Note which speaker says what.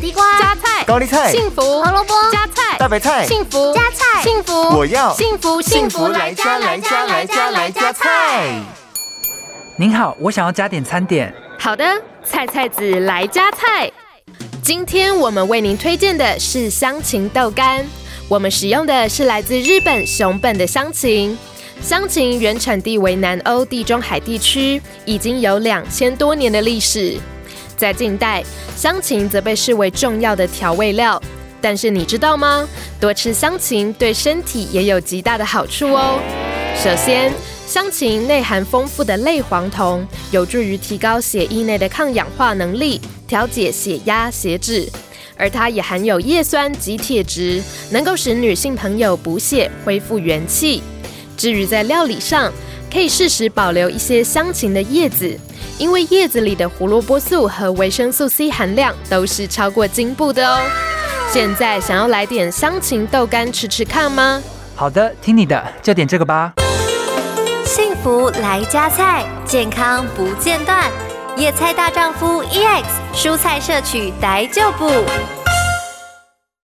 Speaker 1: 地瓜、
Speaker 2: 加菜、
Speaker 3: 高丽菜、
Speaker 2: 幸福、
Speaker 1: 胡萝卜、
Speaker 2: 加菜、
Speaker 3: 大白菜、
Speaker 2: 幸福、
Speaker 1: 加菜
Speaker 2: 幸福，
Speaker 3: 我要
Speaker 2: 幸福
Speaker 3: 幸福来家来家来家来家菜。
Speaker 4: 您好，我想要加点餐点。
Speaker 2: 好的，菜菜子来加菜。今天我们为您推荐的是香芹豆干，我们使用的是来自日本熊本的香芹。香芹原产地为南欧地中海地区，已经有两千多年的历史。在近代，香芹则被视为重要的调味料。但是你知道吗？多吃香芹对身体也有极大的好处哦。首先，香芹内含丰富的类黄酮，有助于提高血液内的抗氧化能力，调节血压、血脂。而它也含有叶酸及铁质，能够使女性朋友补血、恢复元气。至于在料理上，可以适时保留一些香芹的叶子，因为叶子里的胡萝卜素和维生素 C 含量都是超过茎部的哦。现在想要来点香芹豆干吃吃看吗？
Speaker 4: 好的，听你的，就点这个吧。
Speaker 1: 幸福来加菜，健康 E 不间断。野菜大丈夫 EX 蔬菜摄取逮就补。